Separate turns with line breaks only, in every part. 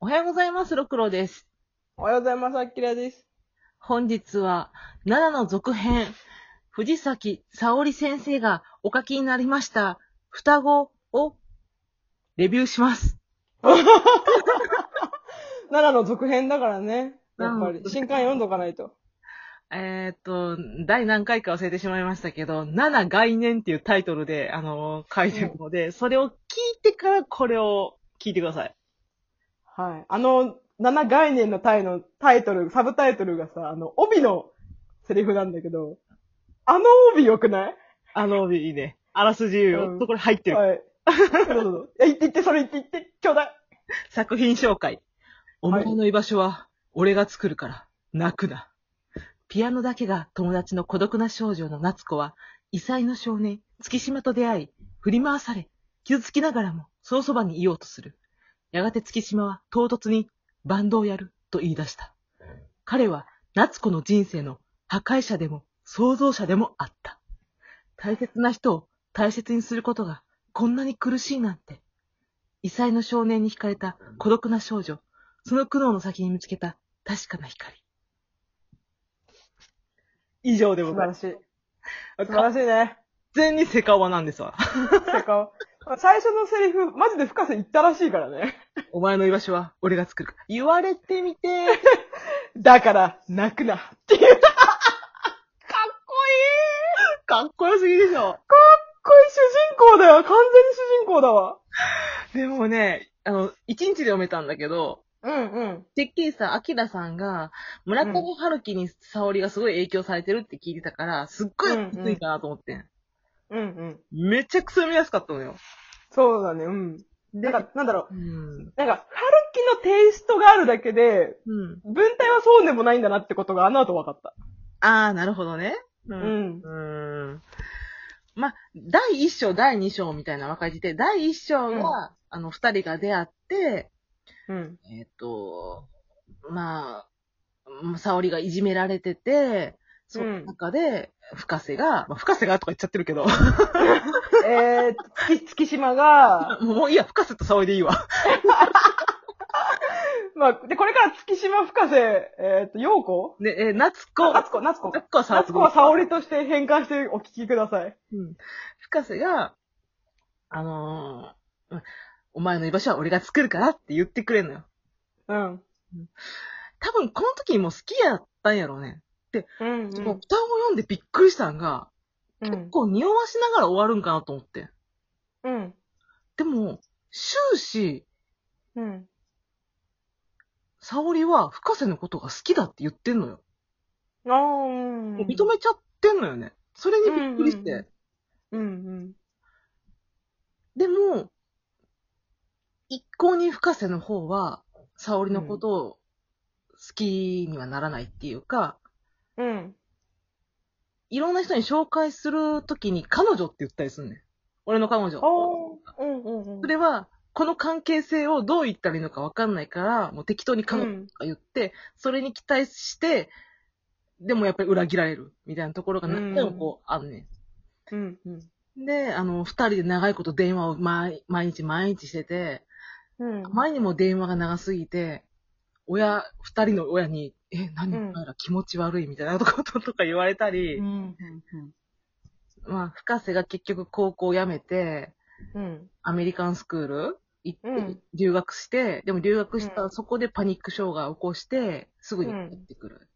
おはようございます、ろくろです。
おはようございます、あきらです。
本日は、7の続編、藤崎沙織先生がお書きになりました、双子をレビューします。
奈良の続編だからね。やっぱり
う、ん
新刊読んどかないと。
えーっと、第何回か忘れてしまいましたけど、7概念っていうタイトルで、あの書いてるので、それを聞いてからこれを聞いてください。
はい。あの、7概念のタイのタイトル、サブタイトルがさ、あの、帯のセリフなんだけど、あの帯良くない
あの、いいね。あらすじ言うよ。
うん
そこに入ってる。
はい。そうそうそういや、言って言って、それ言って言って、ちょうだい。
作品紹介。お
はい
前の居場所は、俺が作るから、泣くな。ピアノだけが友達の孤独な少女の夏子は、異彩の少年、月島と出会い、振り回され、傷つきながらも、そのそばにいようとする。やがて月島は唐突に、バンドをやる、と言い出した。彼は、夏子の人生の破壊者でも、創造者でもあった。大切な人を大切にすることが、こんなに苦しいなんて。異彩の少年に惹かれた孤独な少女。その苦悩の先に見つけた確かな光。以上で
素
ござい
晴
ま
ら
す。
しい。素晴らしいね。
完全にセカオワなんですわ。
てか、最初のセリフ、マジで深瀬言ったらしいからね。
お前の居場所は俺が作るから。言われてみて。
だから、泣くな。っていう。
かっこいいかっこよすぎでしょ。
これ主人公だよ。完全に主人公だわ。
でもね、あの、一日で読めたんだけど、
うんうん。
てっきりさ、アキラさんが、村上春樹に沙織がすごい影響されてるって聞いてたから、すっごいきついかなと思ってん。
うんうん。
めちゃくちゃ読みやすかったのよ。
そうだね、うん。
で
なんか、なんだろ
うん。
う。なんか、春樹のテイストがあるだけで、
うん。
文体はそうでもないんだなってことがあの後分かった。
あー、なるほどね。う。
うんん。
うん。まあ、第1章、第2章みたいな分かれてて、第1章が、
うん
あの、二人が出会って、
うん。
えっ、と、まあ、うん沙織がいじめられてて、その中で、深瀬が、まあ、深瀬がとか言っちゃってる けど、
えー、月、月 島が、
もういいや、深瀬と沙織でいいわ。
まあ、で、これから月島深瀬、えっ、と、陽子
ね、えー夏子、夏
夏子、夏子。
子は沙織。
夏子は沙織として変換してお聞きください。
うん。深瀬が、あのーうんお前の居場所は俺が作るからって言ってくれるのよ。
うん。
多分この時にもう好きやったんやろうね。
うん、
もう歌を読んでびっくりしたんが、
う
結
ん。
構匂わしながら終わるんかなと思って。
うん。
でも、終始、
うん。
沙織は深瀬のことが好きだって言ってんのよ。
あーうん。
もう認めちゃってんのよね。それにびっくりして。
うんうんうん
でも、一向に深瀬の方は、沙織のことを好きにはならないっていうか、
うん。うん。
いろんな人に紹介するときに彼女って言ったりすんねん。俺の彼女。
おー。うんうんうん。
それは、この関係性をどう言ったらいいのかわかんないから、もう適当に彼
う
女
ん
とか言って、それに期待して、でもやっぱり裏切られる、みたいなところが何回もこう、あるね。
うんうん。
で、あの、二人で長いこと電話を毎毎日毎日してて、
うん。
あまりにも電話が長すぎて、親、二人の親に、え、何
うん
お前ら気持ち悪いみたいなこととか言われたり、
うん。
まあ、深瀬が結局高校を辞めて、
うん。
アメリカンスクール行って、
うん
留学して、でも留学した、
うん
そこでパニック障害を起こして、すぐに帰ってくる。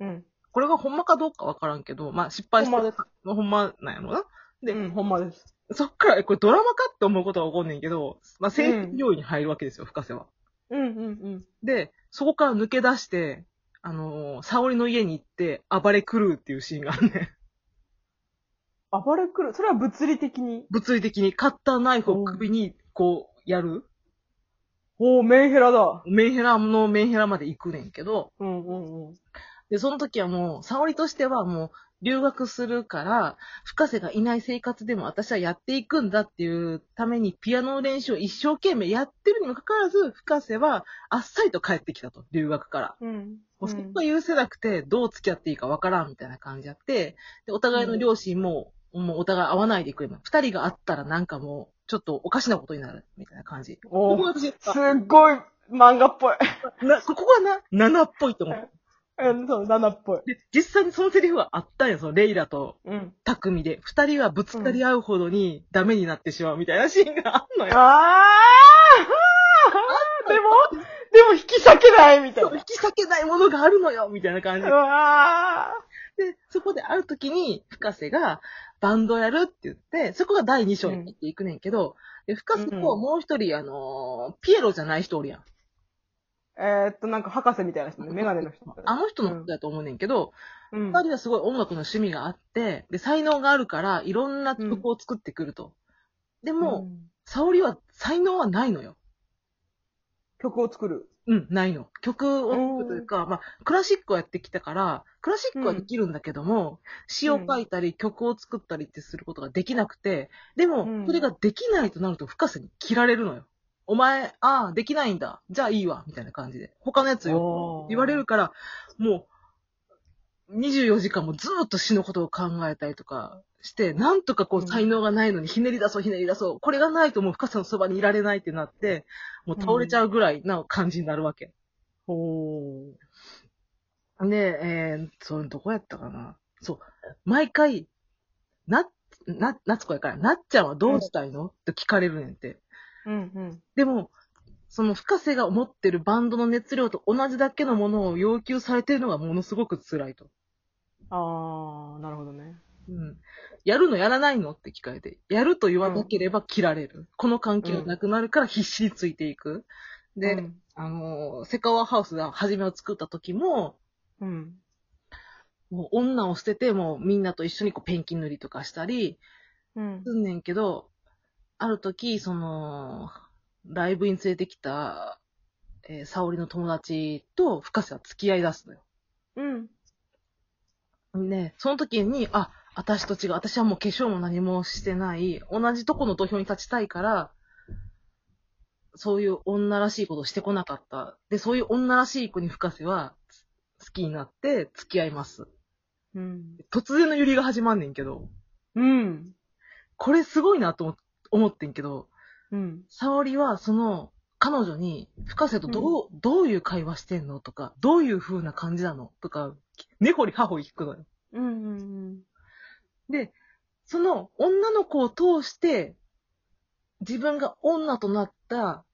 うん。
これがほんまかどうかわからんけど、まあ失敗して
ほんまです
まあほんまなんやろな。で
うん、ほんまです。
そっから、えこれドラマかって思うことが起こんねんけど、まあ精神病院に入るわけですよ、深瀬は。
うんうん
で、そこから抜け出して、あのー沙織の家に行って暴れ狂うっていうシーンがあるね。
うん。暴れ狂る。それは物理的に。
物理的にカッターナイフを首にこうやる。
おー、メンヘラだ。
メンヘラのメンヘラまで行くねんけど、
うんうんうん。
で、その時はもう、沙織としてはもう、留学するから、深瀬がいない生活でも私はやっていくんだっていうために、ピアノの練習を一生懸命やってるにもかかわらず、深瀬はあっさりと帰ってきたと、留学から。
うん。
もうそこが許せなくて、どう付き合っていいかわからんみたいな感じやって、で、お互いの両親も、もうお互い会わないでくれば、二人が会ったらなんかもう、ちょっとおかしなことになる、みたいな感じ。こ
お
こ
ー
私、
すっごい、漫画っぽい。
な、ここがな、7っぽいと思う。
うん、そう、7っぽい。
で、実際にそのセリフはあったんや、そのレイラと
うん。
タクミで。二人はぶつかり合うほどにダメになってしまうみたいなシーンがあんの
あー
よ。
あーでも、でも引き裂けないみたい
そう引き裂けないものがあるのよみたいな感じ
な。う。わ
で、そこで会う時に、深瀬がバンドやるって言って、そこが第2章に行っていくねんけど、で深瀬ともう一人、あのーピエロじゃない人おるやん。
ーえーっと、なんか博士みたいな人ね、メガネの人。
あの人のことだと思うねんけど、
うん
二、。人はすごい音楽の趣味があって、で、才能があるから、いろんな曲を作ってくると。でも、
うん
沙織は才能はないのよ。
曲を作る。
うん、ないの。曲を作るというか、まあ、クラシックをやってきたから、クラシックはできるんだけども、詩を書いたり曲を作ったりってすることができなくて、でも、
うん
それができないとなると深瀬に切られるのよ。お前、ああ、できないんだ。じゃあいいわ、みたいな感じで。他のやつよ
おー。
言われるから、もう、24時間もずーっと詩のことを考えたりとかして、なんとかこ
う
う、
ん
才能がないのにひねり出そう、ひねり出そう。これがないともう深瀬のそばにいられないってなって、もう倒れちゃうぐらいな感じになるわけ。
ほー。
で、えー、そう、どこやったかな。そう、毎回、な、な、なつこやから、なっちゃんはどうしたいの、って聞かれるねんて。
うんうん。
でも、その深瀬が持ってるバンドの熱量と同じだけのものを要求されてるのがものすごく辛いと。
あー、なるほどね。
うん。やるのやらないのって聞かれて。やると言わなければ切られる。この関係がなくなるから必死についていく。で、
うん、
あのー、セカオワハウスが初めを作った時も、
うん。
もう女を捨てて、もうみんなと一緒にこうペンキ塗りとかしたり、
うん。
すんねんけど、ある時、その、ライブに連れてきた、えー、沙織の友達と深瀬は付き合い出すのよ。
うん。
ね、その時に、あ、私と違う、私はもう化粧も何もしてない、同じとこの土俵に立ちたいから、そういう女らしいことをしてこなかった。で、そういう女らしい子に深瀬は好きになって付き合います。
うん。
突然の揺りが始まんねんけど、
うん。
これすごいなと思思ってんけど、
うん。
沙織はその彼女に深瀬とどう、どういう会話してんのとか、どういう風な感じなのとか、根掘り葉掘り聞くのよ。
うん。うん。
で、その女の子を通して、自分が女となった、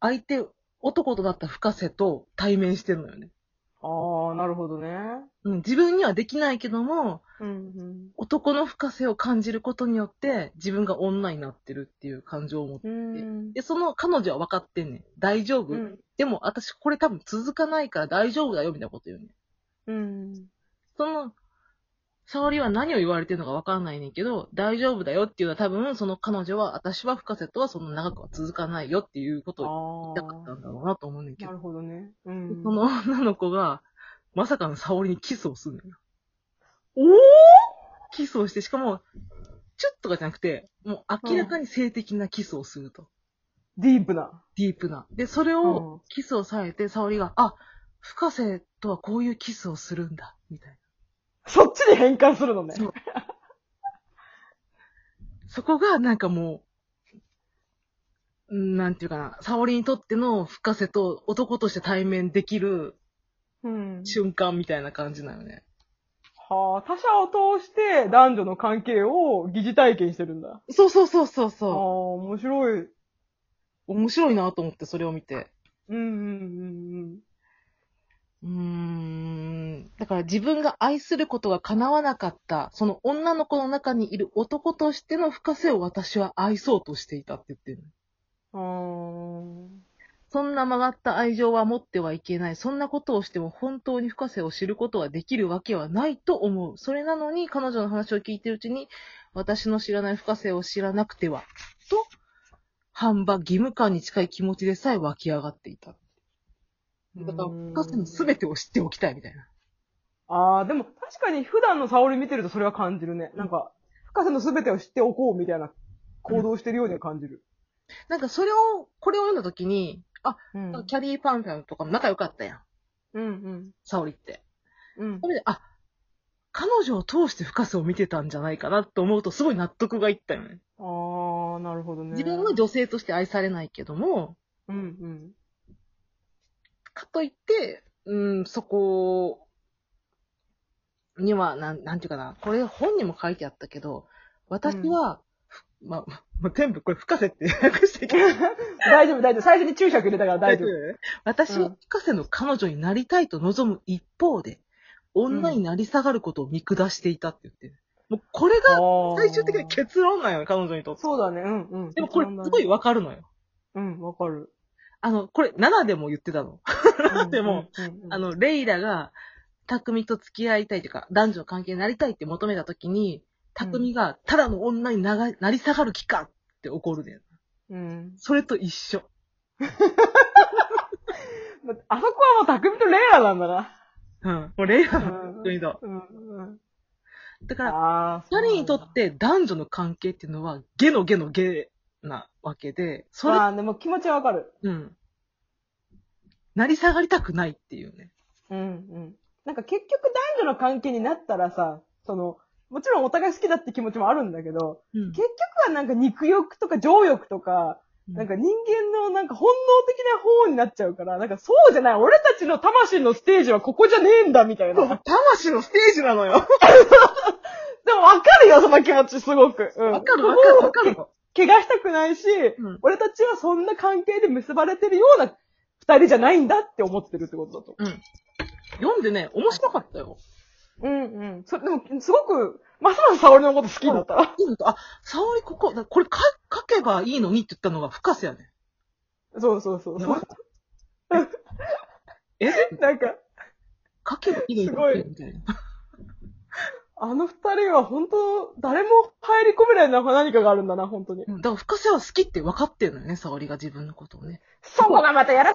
相手、男となった深瀬と対面してるのよね。
あー、なるほどね。
うん、自分にはできないけども、
うん。
男の深瀬を感じることによって、自分が女になってるっていう感情を持って。
うん。
で、その彼女は分かってんねん。大丈夫、
うん
でも私これ多分続かないから大丈夫だよみたいなこと言うねん。
うん。
その、沙織は何を言われてるのか分かんないねんけど、大丈夫だよっていうのは多分、その彼女は、私は深瀬とはそんな長くは続かないよっていうことを
あ
言いたかったんだろうなと思うねん
ー。
け
な
ど、
るほどね。うん。
その女の子が、まさかの沙織にキスをするのよ。
おー
キスをして、しかも、チュッとかじゃなくて、もう明らかに性的なキスをすると。
ディープな。
ディープな。で、それ
うん
をキスをされて、沙織が、あ、深瀬とはこういうキスをするんだ、みたいな。
そっちに変換するのね。
そうそこがなんかもう、うんなんていうかな、沙織にとっての深瀬と男として対面できる
うん。
瞬間みたいな感じなのね。
はあ、他者を通して男女の関係を疑似体験してるんだ。
そうそうそうそう
ああ、
そ
面白い。うん
う。面白いなと思ってそれを見て。
うんうん
うーん。だから自分が愛することが叶わなかった、その女の子の中にいる男としての深瀬を私は愛そうとしていたって言ってるの。
うん。ああ。
そんな曲がった愛情は持ってはいけない。そんなことをしても本当に深瀬を知ることはできるわけはないと思う。それなのに彼女の話を聞いてるうちに、私の知らない深瀬を知らなくては、と、半ば義務感に近い気持ちでさえ湧き上がっていた。だから深瀬の全てを知っておきたいみたいな。
ああ、でも確かに普段の沙織見てるとそれは感じるね。なんか、深瀬の全てを知っておこうみたいな行動してるようには感じる。
なんかそれを、これを読んだ時に、あ、
うん
キャリーパンファンとかも仲良かったやん。
うん。
沙織って。
うん
そ。れで、あ、彼女を通して深瀬を見てたんじゃないかなと思うとすごい納得がいったよね。
ああ、なるほどね。
自分は女性として愛されないけども、
うんうん。
といって、うん、そこには、なん、なんていうかな、これ本にも書いてあったけど、私は、ふまあ、もう全部これ深瀬って 訳していけない。
大丈夫、大丈夫。最初に注釈入れたから大丈夫。
私
う
は
ん
深瀬の彼女になりたいと望む一方で、女になり下がることを見下していたって言ってる。もうこれが
あー
最終的な結論なんよね、彼女にとって。
そうだね、うんうん。
でもこれすごい。わかるのよ。
うん、わかる。
あの、これ7でも言ってたの。 でも
うん、うんうん
あ、の、レイラが、匠と付き合いたいというか、男女の関係になりたいって求めたときに、匠が、ただの女にながなり下がる気かって怒るねん。
うん。
それと一緒。
だってあそこはもう匠とレイラなんだな。
うん。も うレイラの
うん
匠だ。
うんうん。
だから、
ああ。
二人にとって男女の関係っていうのは、ゲのゲのゲなわけで、それ、
まあ、でも気持ちはわかる。
うん。成り下がりたくないっていうね。
うんうん。なんか結局男女の関係になったらさ、その、もちろんお互い好きだって気持ちもあるんだけど、
うん
結局はなんか肉欲とか情欲とか、なんか人間のなんか本能的な方になっちゃうから、なんかそうじゃない、俺たちの魂のステージはここじゃねえんだみたいな。
魂のステージなのよ。
でもわかるよ、その気持ち、すごく。うん
わかるわかるわかる。
怪我したくないし、
ん
俺たちはそんな関係で結ばれてるような二人じゃないんだって思ってるってことだと。
読んでね、面白かったよ。
うんうん。そでも、すごく、ますます沙織のこと好きになったわ。
うんあ、沙織ここ、だこれか書けばいいのにって言ったのが深瀬やね。
そうそうそうそう。
え
なんか、
書けばいいのに
すごい
みたいな。
あの二人は本当、誰も入り込めないなんか何かがあるんだな、本当に。
うんだから深瀬は好きって分かってるのよね、沙織が自分のことをね。
そこがまたやら